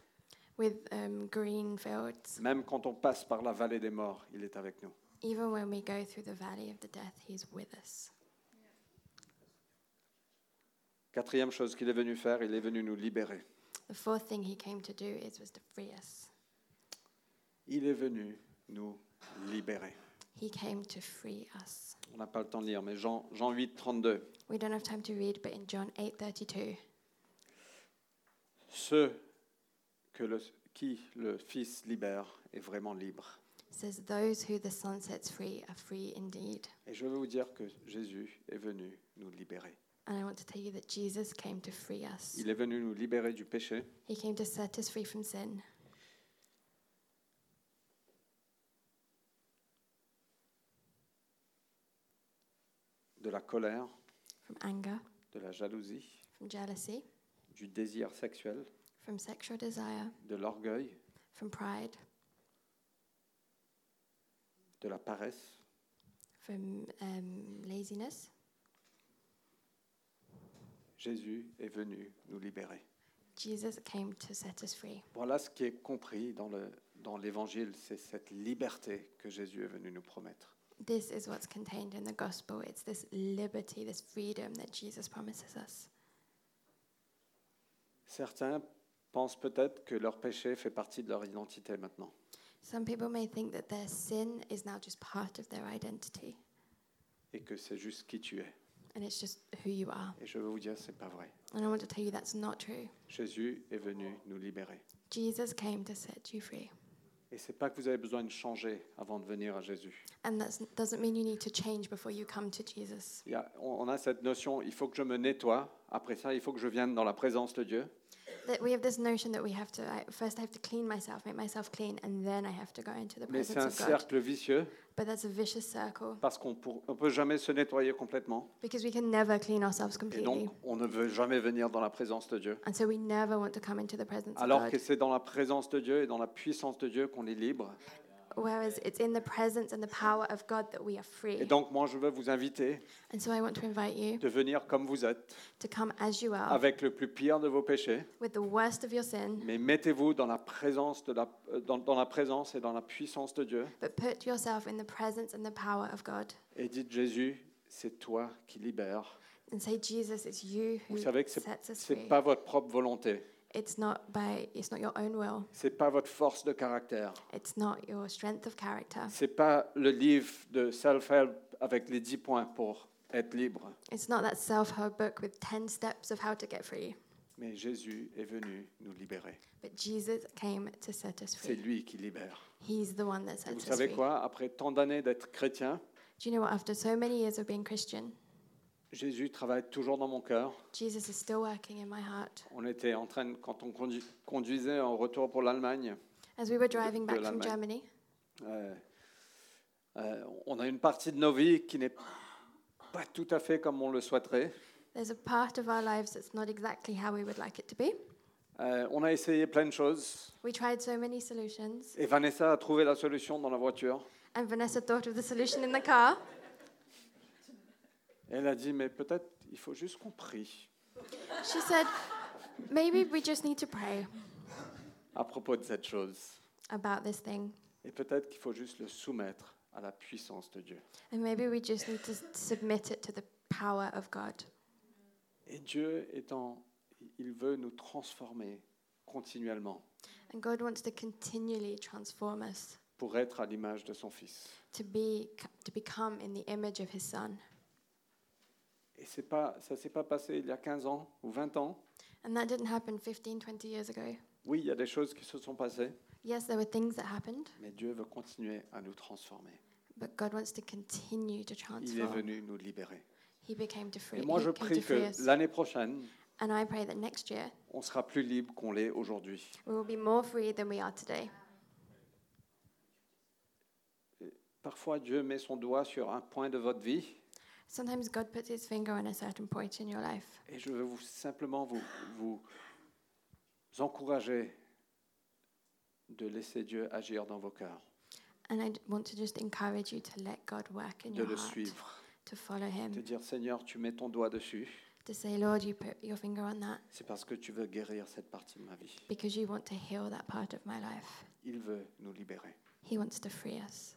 Speaker 4: with um, green fields.
Speaker 3: Même quand on passe par la vallée des morts, il est avec nous.
Speaker 4: Even when we go through the valley of the death, He's with us.
Speaker 3: Quatrième chose qu'il est venu faire, il est venu nous libérer.
Speaker 4: The fourth thing He came to do is was to free us.
Speaker 3: Il est venu nous libérer.
Speaker 4: He came to free us.
Speaker 3: On n'a pas le temps de lire, mais Jean, Jean 8, 32.
Speaker 4: We don't have time to read, but in John 8:32,
Speaker 3: Ceux que le, qui le Fils libère est vraiment libre.
Speaker 4: it says, "Those who the Son sets free are free indeed."
Speaker 3: Et je veux vous dire que Jésus est venu nous libérer.
Speaker 4: And I want to tell you that Jesus came to free us.
Speaker 3: Il est venu nous libérer du péché,
Speaker 4: He came to set us free from sin,
Speaker 3: de la colère,
Speaker 4: from anger,
Speaker 3: de la jalousie,
Speaker 4: from jealousy,
Speaker 3: du désir sexuel,
Speaker 4: from sexual desire,
Speaker 3: de l'orgueil,
Speaker 4: from pride,
Speaker 3: de la paresse,
Speaker 4: from um, laziness.
Speaker 3: Jésus est venu nous libérer.
Speaker 4: Jesus came to set us free.
Speaker 3: Voilà ce qui est compris dans, le, dans l'évangile, c'est cette liberté que Jésus est venu nous promettre.
Speaker 4: This is what's contained in the gospel. It's this liberty, this freedom that Jesus promises us.
Speaker 3: Certains pensent peut-être que leur péché fait partie de leur identité maintenant.
Speaker 4: Some people may think that their sin is now just part of their identity
Speaker 3: Et que c'est juste qui tu es.
Speaker 4: and it's just who you are.
Speaker 3: Et je veux vous dire, c'est pas vrai.
Speaker 4: And I want to tell you that's not true.
Speaker 3: Jésus est venu nous libérer.
Speaker 4: Jesus came to set you free.
Speaker 3: Et c'est pas que vous avez besoin de changer avant de venir à Jésus.
Speaker 4: And that doesn't mean you need to change before you come to Jesus.
Speaker 3: Il y a- on on a cette notion, il faut que je me nettoie. Après ça, il faut que je vienne dans la présence de Dieu.
Speaker 4: That we have this notion that we have to I, first I have to clean myself, make myself clean, and then I have to go into the
Speaker 3: Mais c'est un
Speaker 4: presence of God.
Speaker 3: cercle vicieux
Speaker 4: But that's a vicious circle
Speaker 3: parce qu'on pour- on peut jamais se nettoyer complètement.
Speaker 4: because we can never clean ourselves
Speaker 3: Et
Speaker 4: completely,
Speaker 3: donc, on ne veut jamais venir dans la présence de Dieu.
Speaker 4: and so we never want to come into the presence of
Speaker 3: Alors que
Speaker 4: God.
Speaker 3: c'est dans la présence de Dieu et dans la puissance de Dieu qu'on est libre.
Speaker 4: Whereas it's in the presence and the power of God that we are
Speaker 3: Et
Speaker 4: free.
Speaker 3: donc, moi, je veux vous inviter
Speaker 4: And so I want to invite you
Speaker 3: de venir comme vous êtes,
Speaker 4: to come as you are,
Speaker 3: avec le plus pire de vos péchés,
Speaker 4: with the worst of your sin,
Speaker 3: mais mettez-vous dans la présence de la, euh, dans, dans la présence et dans la puissance de Dieu
Speaker 4: but put yourself in the presence and the power of God,
Speaker 3: et dites Jésus, c'est toi qui libères.
Speaker 4: and say, Jesus, it's you who
Speaker 3: Vous savez que c'est
Speaker 4: sets us
Speaker 3: c'est
Speaker 4: free.
Speaker 3: pas votre propre volonté,
Speaker 4: It's not by it's not your own will.
Speaker 3: c'est pas votre force de caractère,
Speaker 4: It's not your strength of character.
Speaker 3: c'est pas le livre de self-help avec les 10 points pour être libre.
Speaker 4: It's not that self-help book with 10 steps of how to get free.
Speaker 3: Mais Jésus est venu nous libérer.
Speaker 4: But Jesus came to set us
Speaker 3: C'est
Speaker 4: free.
Speaker 3: lui qui libère.
Speaker 4: He's the one that
Speaker 3: Vous
Speaker 4: sets us
Speaker 3: savez
Speaker 4: free.
Speaker 3: quoi Après tant d'années d'être chrétien,
Speaker 4: Do you know what? After so many years of being Christian,
Speaker 3: Jésus travaille toujours dans mon cœur.
Speaker 4: Jesus is still working in my heart.
Speaker 3: On était en train, de- quand on condu- conduisait en retour pour l'Allemagne,
Speaker 4: As we were driving
Speaker 3: de
Speaker 4: back from
Speaker 3: l'Allemagne.
Speaker 4: Germany,
Speaker 3: euh, euh, on a une partie de nos vies qui n'est pas tout à fait comme on le souhaiterait.
Speaker 4: there's a part of our lives that's not exactly how we would like it to be.
Speaker 3: Euh, on a essayé plein de choses.
Speaker 4: We tried so many solutions,
Speaker 3: Et Vanessa a trouvé la solution dans la voiture.
Speaker 4: and Vanessa thought of the solution in the car.
Speaker 3: Elle a dit, mais peut-être il faut juste qu'on prie.
Speaker 4: She said, Maybe we just need to pray
Speaker 3: à propos de cette chose.
Speaker 4: about this thing.
Speaker 3: Et peut-être qu'il faut juste le soumettre à la puissance de Dieu.
Speaker 4: And maybe we just need to s- submit it to the power of God.
Speaker 3: Et Dieu étant, il veut nous transformer continuellement
Speaker 4: And God wants to continually transform us
Speaker 3: pour être à l'image de son Fils.
Speaker 4: to be to become in the image of his son.
Speaker 3: Et c'est pas, ça s'est pas passé il y a 15 ans ou 20 ans.
Speaker 4: And that didn't happen 15, 20 years ago.
Speaker 3: Oui, il y a des choses qui se sont passées,
Speaker 4: Yes, there were things that happened,
Speaker 3: mais Dieu veut continuer à nous transformer.
Speaker 4: but God wants to continue to
Speaker 3: Il est
Speaker 4: transform.
Speaker 3: venu nous libérer.
Speaker 4: He became to free.
Speaker 3: Et moi,
Speaker 4: he
Speaker 3: je
Speaker 4: came
Speaker 3: prie
Speaker 4: to free us.
Speaker 3: que l'année prochaine,
Speaker 4: And I pray that next year
Speaker 3: on sera plus libre qu'on l'est aujourd'hui.
Speaker 4: we will be more free than we are today.
Speaker 3: Parfois, Dieu met son doigt sur un point de votre vie,
Speaker 4: Sometimes God puts his finger on a certain point in your life.
Speaker 3: et je veux vous, simplement vous, vous encourager de laisser Dieu agir dans vos cœurs,
Speaker 4: And I d- want to just encourage you to let God work in
Speaker 3: de
Speaker 4: your
Speaker 3: le
Speaker 4: heart,
Speaker 3: suivre,
Speaker 4: to follow him,
Speaker 3: de dire Seigneur, tu mets ton doigt dessus,
Speaker 4: to say, Lord, you put your finger on that
Speaker 3: c'est parce que tu veux guérir cette partie de ma vie.
Speaker 4: because you want to heal that part of my life.
Speaker 3: Il veut nous libérer.
Speaker 4: He wants to free us.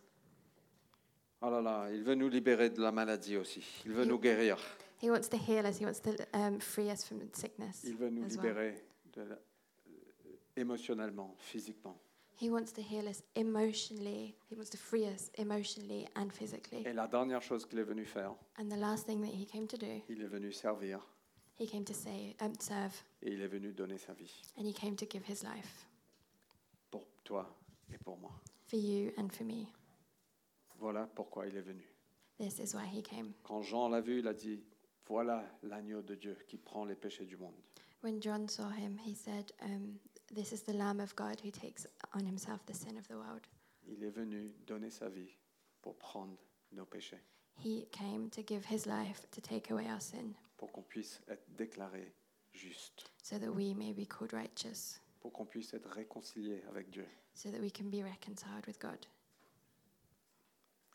Speaker 3: Oh là là, il veut nous libérer de la maladie aussi. Il veut
Speaker 4: Il-
Speaker 3: nous guérir.
Speaker 4: He wants to heal us. He wants to um, free us from sickness.
Speaker 3: Il veut nous
Speaker 4: as well.
Speaker 3: libérer de la- euh, émotionnellement, physiquement.
Speaker 4: He wants to heal us emotionally. He wants to free us emotionally and physically.
Speaker 3: Et la dernière chose qu'il est venu faire,
Speaker 4: And the last thing that he came to do,
Speaker 3: il est venu servir
Speaker 4: he came to say, um, serve,
Speaker 3: et il est venu donner sa vie
Speaker 4: and he came to give his life
Speaker 3: pour toi et pour moi.
Speaker 4: for you and for me.
Speaker 3: Voilà pourquoi il est venu.
Speaker 4: This is why he came.
Speaker 3: Quand Jean l'a vu, il a dit, voilà l'agneau de Dieu qui prend les péchés du monde.
Speaker 4: When John saw him, he said, um, This is the Lamb of God who takes on himself the sin of the world.
Speaker 3: Il est venu donner sa vie pour prendre nos péchés,
Speaker 4: He came to give his life to take away our sin
Speaker 3: pour qu'on puisse être déclaré juste,
Speaker 4: so that we may be called righteous,
Speaker 3: pour qu'on puisse être réconcilié avec Dieu.
Speaker 4: so that we can be reconciled with God.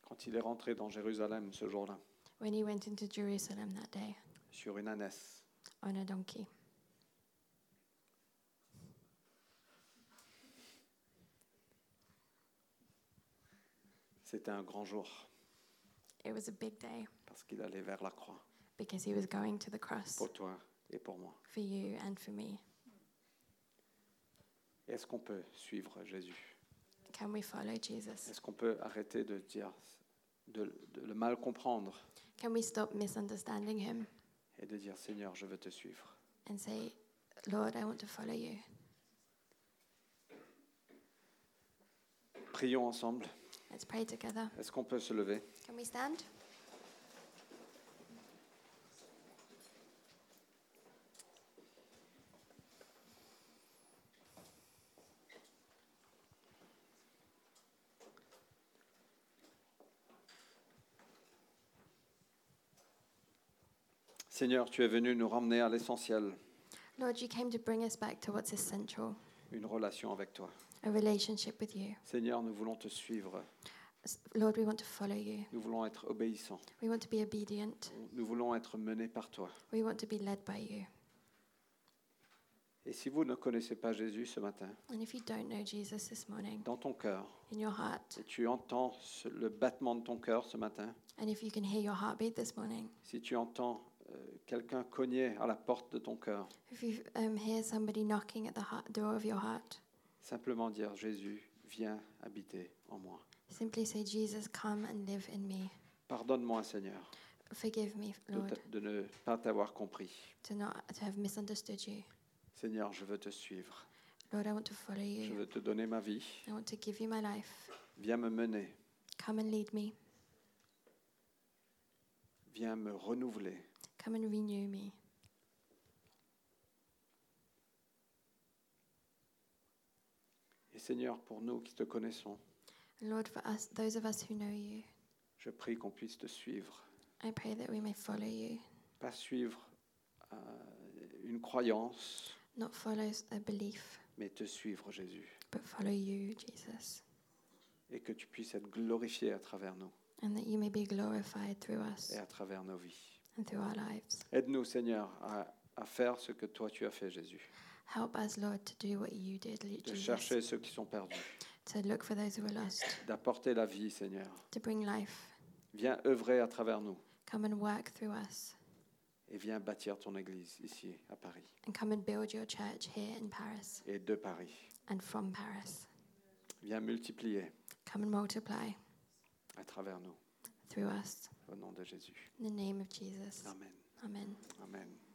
Speaker 3: Quand il est rentré dans Jérusalem ce jour-là,
Speaker 4: When he went into Jerusalem that day
Speaker 3: sur une ânesse,
Speaker 4: on a donkey,
Speaker 3: c'était un grand jour
Speaker 4: it was a big day
Speaker 3: parce qu'il allait vers la croix
Speaker 4: because he was going to the cross
Speaker 3: pour toi et pour moi.
Speaker 4: for you and for me.
Speaker 3: Est-ce qu'on peut suivre Jésus
Speaker 4: Can we follow Jesus?
Speaker 3: Est-ce qu'on peut arrêter de dire, de, de le mal comprendre
Speaker 4: Can we stop misunderstanding him
Speaker 3: et de dire Seigneur, je veux te suivre
Speaker 4: and say, Lord, I want to follow you?
Speaker 3: Prions ensemble.
Speaker 4: Let's pray together.
Speaker 3: Est-ce qu'on peut se lever
Speaker 4: Can we stand?
Speaker 3: Seigneur, tu es venu nous ramener à l'essentiel,
Speaker 4: Lord, you came to bring us back to what's essential
Speaker 3: une relation avec toi.
Speaker 4: a relationship with you.
Speaker 3: Seigneur, nous voulons te suivre.
Speaker 4: S- Lord, we want to follow you.
Speaker 3: Nous voulons être obéissants.
Speaker 4: We want to be obedient.
Speaker 3: Nous voulons être menés par toi.
Speaker 4: We want to be led by you.
Speaker 3: Et si vous ne connaissez pas Jésus ce matin,
Speaker 4: And if you don't know Jesus this morning
Speaker 3: dans ton cœur,
Speaker 4: in your heart,
Speaker 3: si tu entends ce- le battement de ton cœur ce matin,
Speaker 4: and if you can hear your heartbeat this morning,
Speaker 3: si tu entends euh, quelqu'un cogner à la porte de ton cœur,
Speaker 4: if you um, hear somebody knocking at the heart, door of your heart,
Speaker 3: simplement dire Jésus, viens habiter en moi.
Speaker 4: simply say, Jesus, come and live in me.
Speaker 3: Pardonne-moi, Seigneur,
Speaker 4: Forgive me,
Speaker 3: de,
Speaker 4: Lord,
Speaker 3: ta- de ne pas t'avoir compris.
Speaker 4: to not to have misunderstood you.
Speaker 3: Seigneur, je veux te suivre.
Speaker 4: Lord, I want to follow
Speaker 3: Je
Speaker 4: you.
Speaker 3: veux te donner ma vie.
Speaker 4: I want to give you my life.
Speaker 3: Viens me mener.
Speaker 4: Come and lead me.
Speaker 3: Viens me renouveler.
Speaker 4: Come and renew me.
Speaker 3: Et Seigneur, pour nous qui te connaissons,
Speaker 4: Lord, for us, those of us who know you,
Speaker 3: je prie qu'on puisse te suivre.
Speaker 4: I pray that we may follow you,
Speaker 3: Pas suivre euh, une croyance,
Speaker 4: not follow s- a belief,
Speaker 3: mais te suivre, Jésus.
Speaker 4: but follow you, Jesus,
Speaker 3: Et que tu puisses être glorifié à travers nous
Speaker 4: and that you may be glorified through us
Speaker 3: et à travers nos vies.
Speaker 4: and through our lives.
Speaker 3: Aide-nous, Seigneur, à, à faire ce que toi tu as fait, Jésus,
Speaker 4: Help us, Lord, to do what you did, Lord
Speaker 3: de
Speaker 4: Jesus,
Speaker 3: chercher ceux qui sont perdus,
Speaker 4: to look for those who are lost,
Speaker 3: d'apporter la vie, Seigneur.
Speaker 4: to bring life.
Speaker 3: Viens œuvrer à travers nous
Speaker 4: Come and work through us,
Speaker 3: et viens bâtir ton Église ici, à Paris,
Speaker 4: and come and build your church here in Paris
Speaker 3: et de Paris.
Speaker 4: and from Paris.
Speaker 3: Viens multiplier
Speaker 4: Come and multiply
Speaker 3: à travers nous,
Speaker 4: through us.
Speaker 3: au nom de Jésus.
Speaker 4: In the name of Jesus.
Speaker 3: Amen.
Speaker 4: Amen.
Speaker 3: Amen.